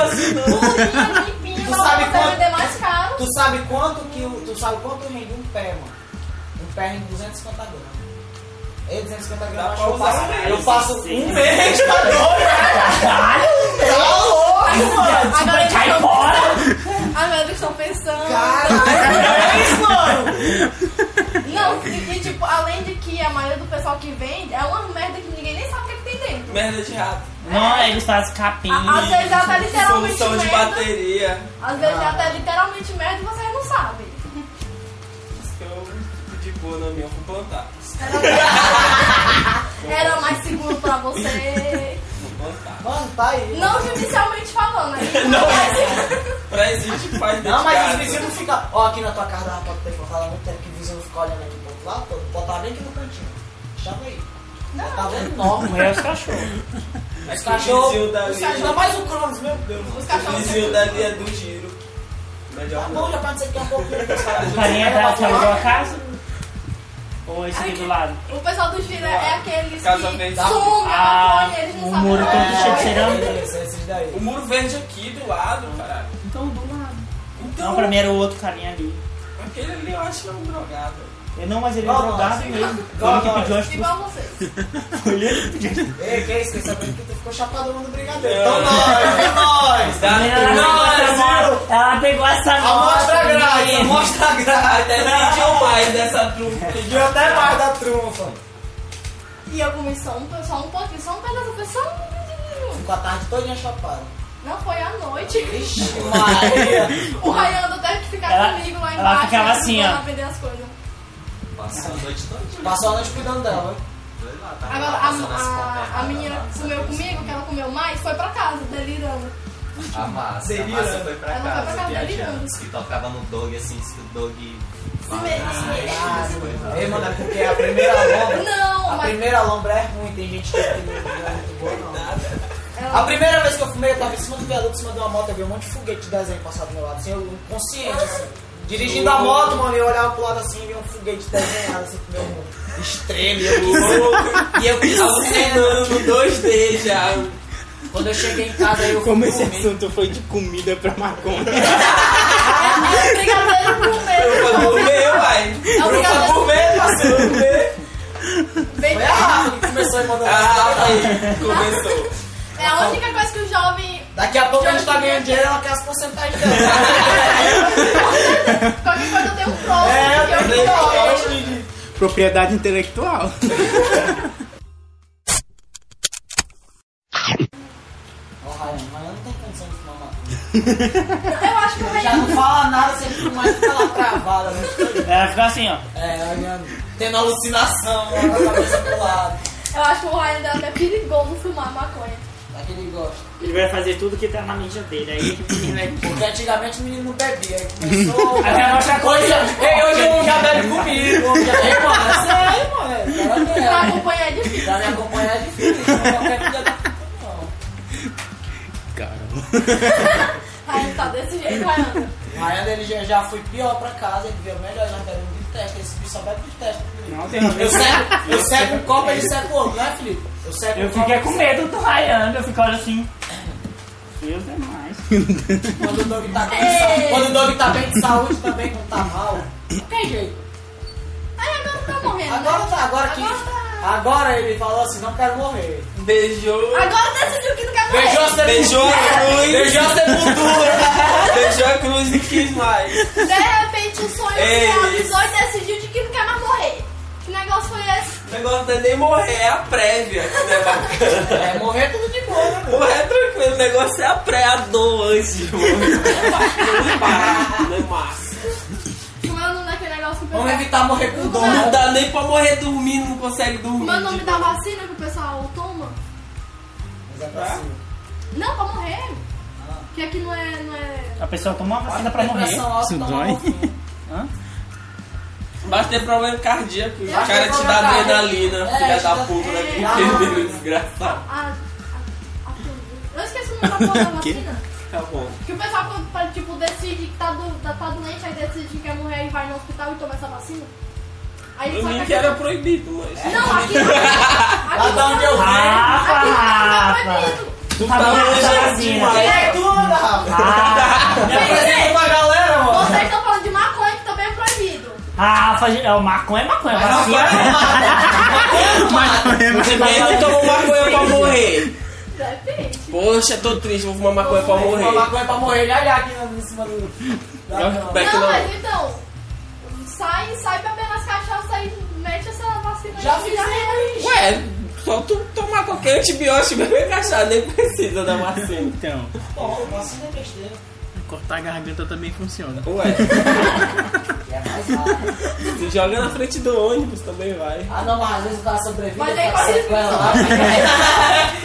[SPEAKER 6] assim.
[SPEAKER 4] Pulinha, limpinha,
[SPEAKER 8] Tu
[SPEAKER 4] mas
[SPEAKER 8] sabe
[SPEAKER 4] pra
[SPEAKER 8] quanto-
[SPEAKER 4] vender mais caro.
[SPEAKER 8] Tu sabe quanto que o- tu sabe quanto rende um pé, mano? Um pé rende 250 gramas. Ei, 250 gramas,
[SPEAKER 6] pra
[SPEAKER 8] eu
[SPEAKER 6] usar
[SPEAKER 8] passo,
[SPEAKER 6] um mês.
[SPEAKER 8] eu passo um mês pra
[SPEAKER 4] Agora eles
[SPEAKER 7] Cai
[SPEAKER 4] estão-
[SPEAKER 7] fora!
[SPEAKER 4] agora eles estão pensando.
[SPEAKER 8] dois, mano.
[SPEAKER 4] Não, e, e, tipo, além de que a maioria do pessoal que vende é uma merda que ninguém nem sabe o que, que tem dentro.
[SPEAKER 6] Merda de rato.
[SPEAKER 7] Não, eles fazem capim.
[SPEAKER 4] A- Às vezes ela tá
[SPEAKER 2] é
[SPEAKER 4] literalmente
[SPEAKER 8] é,
[SPEAKER 6] Solução de
[SPEAKER 8] né?
[SPEAKER 4] merda.
[SPEAKER 6] bateria.
[SPEAKER 4] Às vezes ela tá literalmente merda e vocês não sabem.
[SPEAKER 6] Eu fico de boa na minha, eu vou plantar.
[SPEAKER 4] Era mais seguro pra você.
[SPEAKER 6] Vou plantar.
[SPEAKER 8] Mano, tá aí.
[SPEAKER 4] Não judicialmente falando, né? Não.
[SPEAKER 6] Pra exigir faz dentro
[SPEAKER 8] Não, mas
[SPEAKER 6] de
[SPEAKER 8] os
[SPEAKER 6] casa.
[SPEAKER 8] vizinhos não ficam. Ó, aqui na tua casa dava pra ter falado há muito tempo que o vizinho fica olhando aqui pro outro lado, todo. botava bem aqui no cantinho. Chama aí. Tá vendo? Enorme.
[SPEAKER 7] Morreu os cachorros.
[SPEAKER 8] Os
[SPEAKER 6] Os
[SPEAKER 8] cachorros.
[SPEAKER 6] vizinhos
[SPEAKER 8] Os
[SPEAKER 6] dali.
[SPEAKER 8] cachorros, ainda mais o Cronos, meu Deus.
[SPEAKER 4] Os
[SPEAKER 6] O
[SPEAKER 4] cachorros.
[SPEAKER 6] vizinho dali é do giro.
[SPEAKER 8] Tá
[SPEAKER 6] Melhor
[SPEAKER 8] bom,
[SPEAKER 6] não.
[SPEAKER 8] já pode ser que é um pouquinho que os caras-
[SPEAKER 7] O carinha da que alugou a casa? Ou esse aqui do lado?
[SPEAKER 4] O pessoal do Gira é aqueles
[SPEAKER 6] Casa
[SPEAKER 4] que
[SPEAKER 6] verde.
[SPEAKER 4] sumam a
[SPEAKER 7] Ah,
[SPEAKER 4] maconha, eles não
[SPEAKER 7] o
[SPEAKER 4] sabem
[SPEAKER 7] muro
[SPEAKER 4] qual
[SPEAKER 7] todo cheio de
[SPEAKER 4] é.
[SPEAKER 7] cerâmica.
[SPEAKER 8] Esses- esses daí.
[SPEAKER 6] O muro verde aqui do lado, caralho. Então,
[SPEAKER 7] Não, pra mim era o outro carinha ali.
[SPEAKER 6] Aquele ali eu acho que é um drogado.
[SPEAKER 7] Eu, não, mas ele é
[SPEAKER 8] Não,
[SPEAKER 7] drogado
[SPEAKER 8] não,
[SPEAKER 7] mesmo. Foi
[SPEAKER 8] não,
[SPEAKER 7] ele que
[SPEAKER 8] não.
[SPEAKER 7] pediu as
[SPEAKER 4] Igual vocês.
[SPEAKER 8] Ei, que isso? Quem sabe que tu ficou chapadão do brigadeiro.
[SPEAKER 6] Então
[SPEAKER 8] nós, é nós.
[SPEAKER 7] Ela, ela pegou essa
[SPEAKER 8] Amostra a graça,
[SPEAKER 7] menina.
[SPEAKER 8] amostra a graça.
[SPEAKER 6] Até É, pediu mais dessa trufa.
[SPEAKER 8] Pediu até mais da trunfa.
[SPEAKER 4] E eu comi só um, só um pouquinho, só um pedaço, foi só um pouquinho.
[SPEAKER 8] Ficou a tarde todinha chapada.
[SPEAKER 4] Não foi à noite.
[SPEAKER 8] Ixi, Maria.
[SPEAKER 4] O Rayando teve que ficar
[SPEAKER 7] Ela-
[SPEAKER 4] comigo lá
[SPEAKER 7] ela
[SPEAKER 4] embaixo.
[SPEAKER 7] ficava assim,
[SPEAKER 4] ajudando
[SPEAKER 7] ó.
[SPEAKER 4] a vender as coisas.
[SPEAKER 6] Passou a noite toda.
[SPEAKER 8] Passou a noite cuidando dela. hein?
[SPEAKER 4] Agora, a, a, a menina
[SPEAKER 9] né?
[SPEAKER 4] que comeu comigo, que ela comeu mais, foi pra casa, delirando.
[SPEAKER 9] A
[SPEAKER 8] Ah,
[SPEAKER 9] massa, a
[SPEAKER 8] Delirando.
[SPEAKER 9] massa foi pra
[SPEAKER 4] Ela foi pra
[SPEAKER 9] casa,
[SPEAKER 4] casa,
[SPEAKER 9] viajando.
[SPEAKER 4] delirando.
[SPEAKER 9] E tocava no dog assim, disse que o dog.
[SPEAKER 4] Se mesmo, se mesmo.
[SPEAKER 8] Ei, mano, é porque a primeira lombra...
[SPEAKER 9] "Ah,
[SPEAKER 4] Não,
[SPEAKER 9] tá
[SPEAKER 8] A
[SPEAKER 4] mas
[SPEAKER 8] primeira lombra é ruim. Tem gente que tem medo, não é muito boa, não. A
[SPEAKER 4] ela,
[SPEAKER 8] primeira vez que eu fumei, eu tava em cima do viaduto, em cima de uma moto, eu vi um monte de foguete de desenho passar do meu lado, assim, eu inconsciente, assim. Dirigindo a moto, mano, eu olhava pro lado assim e vi um foguete desenhado, assim, pro meu mundo. Estrela, eu
[SPEAKER 6] E eu alucinando no 2D já.
[SPEAKER 8] Quando eu cheguei em casa, eu
[SPEAKER 2] Como esse
[SPEAKER 8] dormi.
[SPEAKER 2] assunto foi de comida pra maconha.
[SPEAKER 4] é brigadeiro com medo.
[SPEAKER 6] Eu vou comer, vai.
[SPEAKER 4] É
[SPEAKER 6] Eu vou
[SPEAKER 4] o brigadeiro
[SPEAKER 6] comer, parceiro, eu vou comer.
[SPEAKER 4] Vem
[SPEAKER 8] Foi
[SPEAKER 4] cá.
[SPEAKER 8] a Rafa que começou a mandar
[SPEAKER 6] Ah, aí, começou.
[SPEAKER 4] É a única coisa que o jovem.
[SPEAKER 8] Daqui a pouco a gente tá ganhando dinheiro, ela quer as porcentagens dela.
[SPEAKER 4] Qualquer coisa eu tenho um próximo.
[SPEAKER 9] É,
[SPEAKER 4] que eu
[SPEAKER 6] Falei,
[SPEAKER 4] não
[SPEAKER 6] "Ó, Lili,
[SPEAKER 2] Propriedade intelectual.
[SPEAKER 8] Ó, Ryan, mas eu não tenho condição de fumar maconha.
[SPEAKER 4] Eu acho que eu
[SPEAKER 8] Já
[SPEAKER 4] venho.
[SPEAKER 8] não fala nada, você fuma, fica lá travada. Né?
[SPEAKER 7] Ela ficou assim, ó.
[SPEAKER 8] É, olhando, tendo alucinação, olhando a cabeça pro tá lado.
[SPEAKER 4] Eu acho que o Ryan deve é perigoso fumar maconha.
[SPEAKER 8] Daquele gosto.
[SPEAKER 7] Ele vai fazer tudo que tá na mídia dele. Aí o menino vai
[SPEAKER 8] Porque antigamente o menino não bebia, aí começou...
[SPEAKER 7] Aí a nossa
[SPEAKER 8] Hoje,
[SPEAKER 7] coisa.
[SPEAKER 8] ei, hoje eu já bebe comigo. hoje já- Ei, mano, é sério, mano. é sério.
[SPEAKER 4] Pra acompanhar é difícil.
[SPEAKER 8] Pra me acompanhar é difícil, não é qualquer filha da puta, não.
[SPEAKER 2] Caramba.
[SPEAKER 4] Ryan tá desse jeito, Ryan.
[SPEAKER 8] Aí ele já, já foi pior pra casa, ele veio melhor, nós queremos de teste, esse bicho só vai pro teste.
[SPEAKER 7] Não tem nada.
[SPEAKER 8] Eu seco, eu seco um copo, ele seca o outro, não é, Felipe? Eu seco
[SPEAKER 7] Eu
[SPEAKER 8] um copo,
[SPEAKER 7] fiquei com
[SPEAKER 8] ele
[SPEAKER 7] medo do Ryan, eu fico olhando assim. Deus é mais.
[SPEAKER 8] seca- Quando o dog tá bem de saúde, quando o dog tá bem de saúde também, quando tá mal. Não tem jeito.
[SPEAKER 4] Aí agora tá morrendo.
[SPEAKER 8] Agora
[SPEAKER 4] né?
[SPEAKER 8] tá, agora que.
[SPEAKER 4] Agora tá.
[SPEAKER 8] Agora ele falou assim, não quero morrer.
[SPEAKER 6] Beijou.
[SPEAKER 4] Agora decidiu que não quer morrer.
[SPEAKER 8] Beijou a sepultura.
[SPEAKER 6] Beijou a cruz.
[SPEAKER 8] Beijou a sepultura.
[SPEAKER 6] Beijou a cruz e quis mais.
[SPEAKER 4] De repente o sonho
[SPEAKER 6] Ei.
[SPEAKER 4] se realizou e decidiu de que não quer mais morrer. Que negócio foi esse?
[SPEAKER 6] O negócio não é nem morrer, é a prévia. que não é bacana.
[SPEAKER 8] É, morrer tudo de boa, né?
[SPEAKER 6] Morrer é tranquilo, o negócio é a pré, a dor antes de morrer. Não é massa.
[SPEAKER 4] Como é o nome daquele negócio que o
[SPEAKER 8] Vamos
[SPEAKER 4] pessoal-
[SPEAKER 8] evitar morrer com dor.
[SPEAKER 6] Não dá nem pra morrer dormindo, não consegue
[SPEAKER 4] Como é o
[SPEAKER 6] dormir.
[SPEAKER 4] nome da vacina que o pessoal toma?
[SPEAKER 8] Mas é pra
[SPEAKER 6] Tá?
[SPEAKER 8] cima.
[SPEAKER 4] Não, pra morrer. Que aqui não é. Não é...
[SPEAKER 7] A pessoa toma uma vacina pra morrer.
[SPEAKER 8] Pressão alta,
[SPEAKER 2] Isso
[SPEAKER 8] toma
[SPEAKER 2] dói?
[SPEAKER 8] morfina.
[SPEAKER 7] Hã?
[SPEAKER 6] Basta ter problema cardíaco, os
[SPEAKER 4] Eu acho
[SPEAKER 6] caras
[SPEAKER 8] que
[SPEAKER 6] te
[SPEAKER 8] eu
[SPEAKER 6] dá
[SPEAKER 8] vou jogar.
[SPEAKER 6] adrenalina,
[SPEAKER 8] É,
[SPEAKER 6] filha da
[SPEAKER 8] acho que-
[SPEAKER 6] puta, né?
[SPEAKER 4] é,
[SPEAKER 6] Que
[SPEAKER 8] ah.
[SPEAKER 6] perdeu, desgraçado.
[SPEAKER 4] A, a, a- eu esqueci o nome da porra da
[SPEAKER 2] Que?
[SPEAKER 4] vacina.
[SPEAKER 6] Tá bom.
[SPEAKER 4] Que o pessoal, quando, pra, tipo, decide que tá, do, tá, tá doente, aí decide que quer morrer e vai no hospital e toma essa vacina. Aí
[SPEAKER 6] Eu
[SPEAKER 4] só
[SPEAKER 6] vi
[SPEAKER 4] que
[SPEAKER 6] que era proibido, mas.
[SPEAKER 4] Não, aqui não. Aqui
[SPEAKER 8] Lá onde eu
[SPEAKER 4] não. Aqui não, aqui não é
[SPEAKER 7] Rafa!
[SPEAKER 4] proibido.
[SPEAKER 7] Tu tá
[SPEAKER 6] manjando
[SPEAKER 7] manjando
[SPEAKER 8] Quem
[SPEAKER 7] vacina.
[SPEAKER 8] é tu, Ana Rafa?
[SPEAKER 6] Tá.
[SPEAKER 7] Ah,
[SPEAKER 8] Me apresenta pra galera, mano.
[SPEAKER 4] Vocês estão falando de maconha que também é proibido.
[SPEAKER 7] Rafa, gente, é o maconha é maconha, vacina.
[SPEAKER 6] Ninguém não tomou maconha pra morrer.
[SPEAKER 4] Depende.
[SPEAKER 6] Poxa, tô triste, vou fumar maconha pra
[SPEAKER 8] Uma
[SPEAKER 6] morrer.
[SPEAKER 8] maconha pra morrer já já aqui em cima do. da cama.
[SPEAKER 6] Back
[SPEAKER 4] Não,
[SPEAKER 6] não.
[SPEAKER 4] mas então. Sai, sai bebendo as cachaças aí, mete essa vacina aí.
[SPEAKER 8] Já
[SPEAKER 4] que
[SPEAKER 8] fizeram
[SPEAKER 4] é.
[SPEAKER 6] Ué, só tu tomar qualquer antibiótico bem encaixado, nem precisa da vacina.
[SPEAKER 2] Então,
[SPEAKER 8] Pô, vacina é besteira.
[SPEAKER 2] cortar a garganta também funciona.
[SPEAKER 6] Ué,
[SPEAKER 8] que É mais rápido.
[SPEAKER 6] se joga na frente do ônibus também vai.
[SPEAKER 8] Ah, não, mas às vezes o cara sobrevive.
[SPEAKER 4] Mas
[SPEAKER 8] tem
[SPEAKER 4] aí
[SPEAKER 8] uma
[SPEAKER 4] corre risco.
[SPEAKER 8] sequela lá.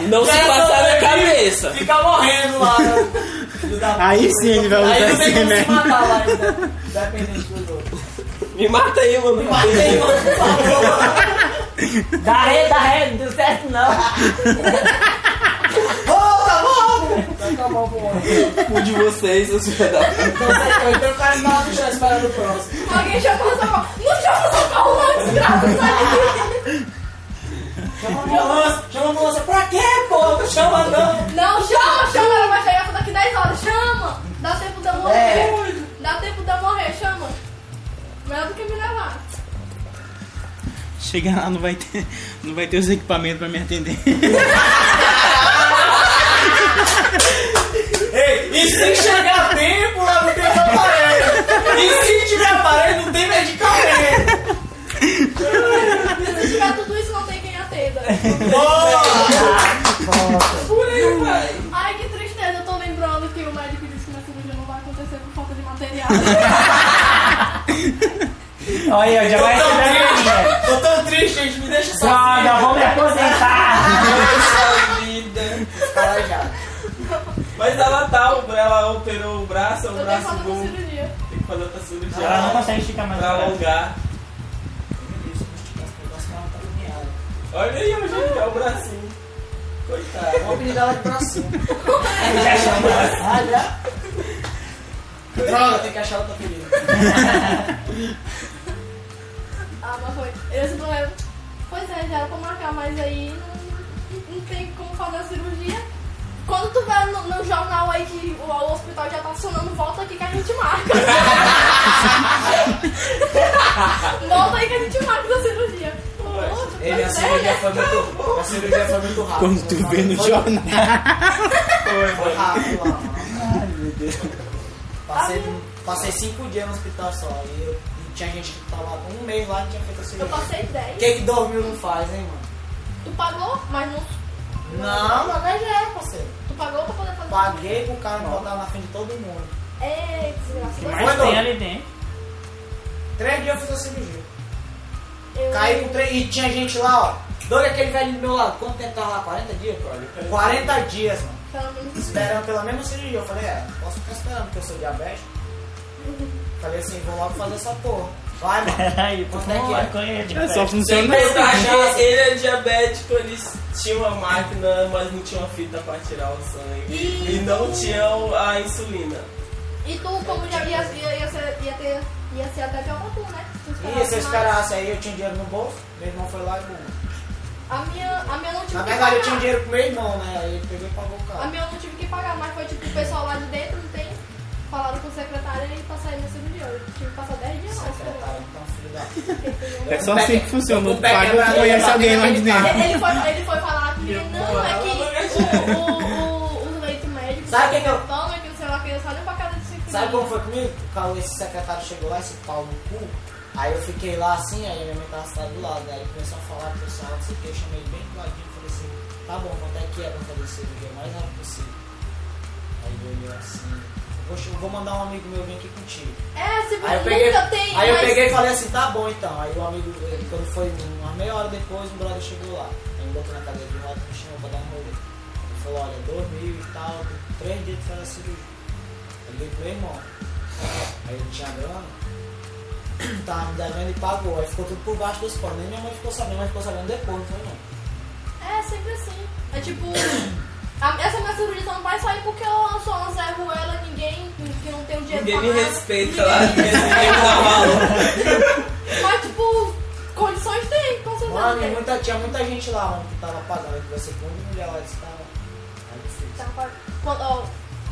[SPEAKER 6] Não se
[SPEAKER 8] Cara,
[SPEAKER 6] passar na
[SPEAKER 8] sobrevive.
[SPEAKER 6] cabeça.
[SPEAKER 8] Fica morrendo lá. né? Filho da puta.
[SPEAKER 2] Aí sim ele vai usar
[SPEAKER 8] Aí não
[SPEAKER 2] esse
[SPEAKER 8] tem como se
[SPEAKER 2] remédio.
[SPEAKER 8] matar lá ainda. Dependendo do outro.
[SPEAKER 6] Me mata aí, mano. Me
[SPEAKER 8] Mas tem outro, por favor.
[SPEAKER 7] Dá ré, dá ré, não deu certo não.
[SPEAKER 8] Volta, volta! Tá acabando com o homem.
[SPEAKER 6] cu de vocês, eu sou da
[SPEAKER 8] Então, sai, então o cara não tá esperando o próximo.
[SPEAKER 4] Alguém chamou o socorro. Não chama o socorro, não, desgraça, sai
[SPEAKER 8] Chama a ambulância, chama a ambulância. Pra quê, pô? Não chama não.
[SPEAKER 4] daqui. Não, chama, chama, ela vai chegar daqui 10 horas. Chama! Dá tempo de eu morrer.
[SPEAKER 8] É.
[SPEAKER 4] Dá tempo de eu morrer, chama. Melhor do que me levar.
[SPEAKER 2] Chega lá, não vai ter, não vai ter os equipamentos pra me atender.
[SPEAKER 8] Ei, e se chegar a tempo, lá não tem aparelho. E se tiver aparelho, não tem medicamento.
[SPEAKER 4] Se tiver tudo isso, não tem quem atenda.
[SPEAKER 8] Boa!
[SPEAKER 4] Ai, que tristeza, eu tô lembrando que o médico disse que minha cirurgia não vai acontecer por falta de material.
[SPEAKER 7] Olha aí, ó, já vai
[SPEAKER 8] Tô tão
[SPEAKER 7] receber a minha.
[SPEAKER 8] triste, tô tão triste, gente. Me deixa sozinho.
[SPEAKER 7] Droga, eu vou me aposentar.
[SPEAKER 6] Poxa vida. Mas ela tá, ela operou o braço, é um
[SPEAKER 4] Eu tenho
[SPEAKER 6] braço
[SPEAKER 4] falta
[SPEAKER 6] bom.
[SPEAKER 4] de cirurgia.
[SPEAKER 6] Tem que fazer outra cirurgia.
[SPEAKER 7] Ela não consegue esticar mais o
[SPEAKER 6] Pra
[SPEAKER 7] braço.
[SPEAKER 6] alongar. Olha aí, ó, gente, é o bracinho. Coitado.
[SPEAKER 8] Vou pedir ela de bracinho.
[SPEAKER 7] Já chamou.
[SPEAKER 8] Olha. Droga, tem que achar outra ferida.
[SPEAKER 4] Ah, mas foi. Eu sempre lembro. Pois é, já era pra marcar, mas aí não, não tem como fazer a cirurgia. Quando tu vê no, no jornal aí que o, o hospital já tá funcionando, volta aqui que a gente marca. volta aí que a gente marca a cirurgia. Poxa,
[SPEAKER 8] Ele, a
[SPEAKER 4] pois
[SPEAKER 8] cirurgia
[SPEAKER 4] é, né?
[SPEAKER 8] foi muito. A cirurgia foi muito rápida.
[SPEAKER 2] Quando tu vê no
[SPEAKER 8] Foi
[SPEAKER 2] jornal.
[SPEAKER 8] Foi rápido lá. Passei, passei cinco dias no hospital só. E, eu- e tinha gente que tava um mês lá e tinha feito a
[SPEAKER 4] Eu
[SPEAKER 8] cirurgia.
[SPEAKER 4] passei 10.
[SPEAKER 8] Quem que dormiu não faz, hein, mano?
[SPEAKER 4] Tu pagou, mas não.
[SPEAKER 8] Não, na VGE, parceiro.
[SPEAKER 4] Tu pagou pra poder fazer.
[SPEAKER 8] Paguei pro cara me botar na frente de todo mundo.
[SPEAKER 4] É, desgraçado.
[SPEAKER 7] Mas tem ali dentro.
[SPEAKER 8] Três dias eu fiz a cirurgia.
[SPEAKER 4] Eu-
[SPEAKER 8] Caí com três. E tinha gente lá, ó. Doido aquele velho do meu lado. Quanto tempo tava lá? 40 dias? 40 dias, mano.
[SPEAKER 4] Pelo menos.
[SPEAKER 8] Esperando pela mesma cirurgia. Eu falei, é, posso ficar esperando, porque eu sou diabético. Falei assim, vou logo fazer essa porra. Vai, mano.
[SPEAKER 7] Peraí, por
[SPEAKER 8] Quanto é que é?
[SPEAKER 7] favor, conhece de
[SPEAKER 2] É, só
[SPEAKER 7] perto.
[SPEAKER 6] Sem
[SPEAKER 2] funciona.
[SPEAKER 6] pensar que ele é diabético, eles tinham uma máquina, mas não tinham a fita pra tirar o sangue. E não tinham a insulina.
[SPEAKER 4] E tu, como já ia, ia, ia, ser, ia, ter, ia ser até pior pra tu, né? Se tu esperasse
[SPEAKER 8] E se eu
[SPEAKER 4] mais.
[SPEAKER 8] esperasse aí, eu tinha dinheiro no bolso, meu irmão foi lá e bom.
[SPEAKER 4] A minha, a minha não tive
[SPEAKER 8] Na
[SPEAKER 4] que
[SPEAKER 8] verdade, eu
[SPEAKER 4] pagar.
[SPEAKER 8] tinha dinheiro pro meu irmão, né? Aí ele pegou e pagou o
[SPEAKER 4] A
[SPEAKER 8] carro.
[SPEAKER 4] minha eu não tive que pagar, mas foi tipo o pessoal lá de dentro, não tem? Falaram com o secretário e tá saindo acima de hoje. Tive que passar 10 dias lá. né?
[SPEAKER 8] Secretário, então, filho da
[SPEAKER 2] É só assim que funciona.
[SPEAKER 8] O
[SPEAKER 2] Tu
[SPEAKER 8] pé
[SPEAKER 2] paga ou tu
[SPEAKER 8] quebrado,
[SPEAKER 2] conhece
[SPEAKER 8] tá
[SPEAKER 2] alguém lá de
[SPEAKER 8] tentando
[SPEAKER 2] dentro.
[SPEAKER 4] Ele foi, ele foi falar comigo, não, é que o, o, o, os leitos médicos
[SPEAKER 8] Sabe o que que eu-
[SPEAKER 4] estão, é que não sei lá, que eu só olho pra casa de cinco
[SPEAKER 8] Sabe como foi comigo? O Cauê, esse secretário chegou lá, esse pau no cu. Aí eu fiquei lá assim, aí minha mãe tava sentada do lado. Aí ele começou a falar pro pessoal, não sei o que, eu chamei ele bem do ladinho e falei assim: tá bom, quanto é que é pra fazer esse vídeo? O mais rápido possível. Aí ele olhou assim: eu vou, ch- eu vou mandar um amigo meu vir aqui contigo.
[SPEAKER 4] É, se
[SPEAKER 8] Aí eu
[SPEAKER 4] nunca
[SPEAKER 8] peguei,
[SPEAKER 4] tem,
[SPEAKER 8] aí eu
[SPEAKER 4] mas
[SPEAKER 8] peguei e falei assim: tá bom então. Aí o amigo, ele- quando foi uma meia hora depois, o brother chegou lá. Aí me botou na cadeira de roda e me chamou pra dar um rolê. Ele falou: olha, dois mil e tal, três dias de fazer a cirurgia. Eu liguei pro meu irmão. Aí ele tinha grana, tava me devendo e pagou. Aí ficou tudo por baixo dos panos. Nem minha mãe ficou sabendo, mas ficou sabendo depois, não foi não.
[SPEAKER 4] É, sempre assim. É tipo. a- essa minha cirurgia só não vai sair porque eu sou uma Zé Ruela, ninguém que não tem o dinheiro
[SPEAKER 6] Ninguém
[SPEAKER 4] pra
[SPEAKER 6] me
[SPEAKER 4] nada,
[SPEAKER 6] respeita
[SPEAKER 4] ninguém
[SPEAKER 6] lá.
[SPEAKER 4] me
[SPEAKER 6] Ninguém me dá valor.
[SPEAKER 4] Mas, tipo, condições tem, com certeza.
[SPEAKER 8] Mano, e
[SPEAKER 4] tem.
[SPEAKER 8] muita, tinha muita gente lá, mano, que tava pagando. Eu conversei com uma mulher lá, disse, tá, mano, é difícil.
[SPEAKER 4] Tá, pode- quando- ó,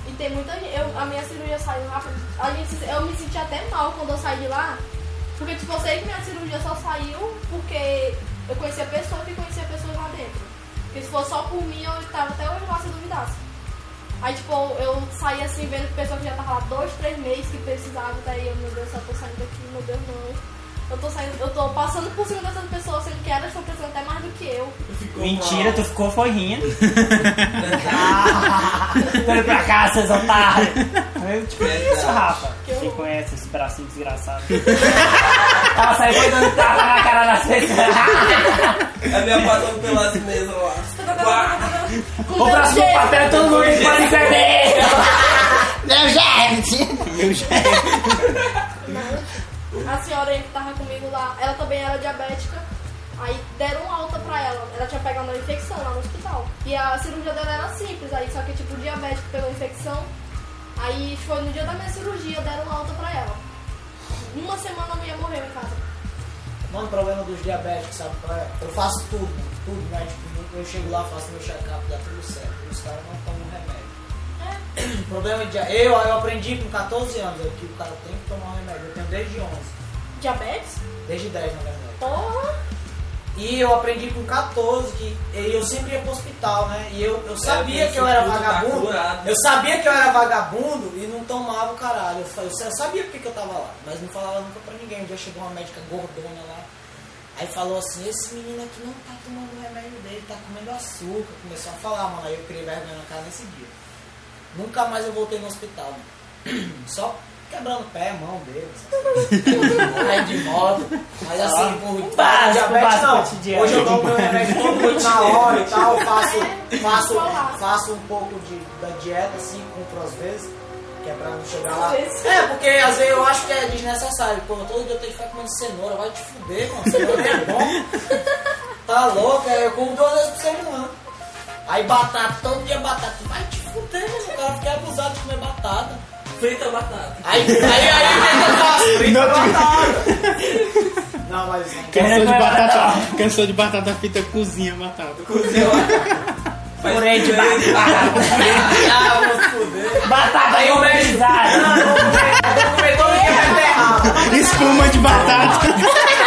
[SPEAKER 4] e tem muita gente. eu- a minha cirurgia saiu rápido. A gente, eu me senti até mal quando eu saí de lá. Porque, tipo, eu sei que minha cirurgia só saiu porque eu conhecia pessoas que conhecia pessoas lá dentro. Porque se fosse só por mim, eu tava até hoje lá se eu duvidasse. Aí, tipo, eu saí assim, vendo pessoa que já tava lá dois, três meses que precisava. Daí eu, meu Deus, eu tô saindo daqui, meu Deus, não. Eu tô saindo, eu tô passando por cima dessas pessoas, sendo que elas estão precisando até mais do que eu.
[SPEAKER 7] Mentira, tu ficou foi rindo. Vem pra cá, seus otários. Eu, Tipo, que isso, Rafa? Quem conhece esse bracinho desgraçado? Ela saiu foi dando tapa na cara das pessoas.
[SPEAKER 6] A É minha passando pelas mesas lá. Uá!
[SPEAKER 4] Com
[SPEAKER 7] O
[SPEAKER 4] meu
[SPEAKER 7] próximo
[SPEAKER 4] jeito.
[SPEAKER 7] papel todo mundo pode perder.
[SPEAKER 4] A senhora que tava comigo lá, ela também era diabética. Aí deram alta pra ela. Ela tinha pegado uma infecção lá no hospital. E a cirurgia dela era simples, aí só que tipo o diabético pegou a infecção. Aí foi no dia da minha cirurgia, deram alta pra ela. Uma semana a mulher morreu em casa.
[SPEAKER 8] Mano, o é um problema dos diabéticos, sabe qual é? Eu faço tudo, mano, tudo, né? Tipo, eu chego lá, faço meu check-up, dá tudo certo. E os caras não tomam remédio. O problema de. Eu, eu aprendi com 14 anos eu, que o cara tem que tomar um remédio. Eu tenho desde 11,
[SPEAKER 4] Diabetes?
[SPEAKER 8] desde 10 na verdade.
[SPEAKER 4] Porra!
[SPEAKER 8] E eu aprendi com 14 que e eu sempre ia pro hospital, né? E eu, eu sabia
[SPEAKER 6] É,
[SPEAKER 8] que eu era
[SPEAKER 6] tudo tá
[SPEAKER 8] vagabundo.
[SPEAKER 6] curado.
[SPEAKER 8] eu sabia que eu era vagabundo e não tomava o caralho. Eu, fa- eu sabia porque que eu tava lá, mas não falava nunca pra ninguém. Um dia chegou uma médica gordona lá. Aí falou assim, esse menino aqui não tá tomando o remédio dele, tá comendo açúcar. Começou a falar, mano. Aí eu criei vergonha na cara nesse dia. Nunca mais eu voltei no hospital, mano. Só quebrando pé, mão, dedo, essas coisas. Aí de moto. Mas assim, por
[SPEAKER 7] um básico,
[SPEAKER 8] diabetes
[SPEAKER 7] básico
[SPEAKER 8] não.
[SPEAKER 7] cotidiano.
[SPEAKER 8] Hoje eu tomo meu remédio todo dia na hora e tal. Eu faço, faço, faço um pouco de, da dieta, assim, compro às vezes. Que é pra não chegar lá.
[SPEAKER 4] Às vezes.
[SPEAKER 8] É, porque às vezes eu acho que é desnecessário. Pô, todo dia eu tenho que ficar comendo cenoura, vai te fuder, mano. Cenoura nem é bom. Tá louco? É, Eu como duas vezes por semana. Aí batata, todo dia batata. Vai te fuder, mano. O cara fica abusado de comer batata.
[SPEAKER 6] Frita batata.
[SPEAKER 8] Aí, aí, aí, aí, eu faço frita batata. Não, mas não.
[SPEAKER 2] Cansou de batata, cansou de batata frita, cozinha batata.
[SPEAKER 6] Cozinha lá. Faz
[SPEAKER 7] Purê de
[SPEAKER 6] purê de batata.
[SPEAKER 8] Ah, vou se fuder.
[SPEAKER 7] Batata aí,
[SPEAKER 8] Não, eu vou comer todo dia, vai ter errado.
[SPEAKER 2] Espuma de batata.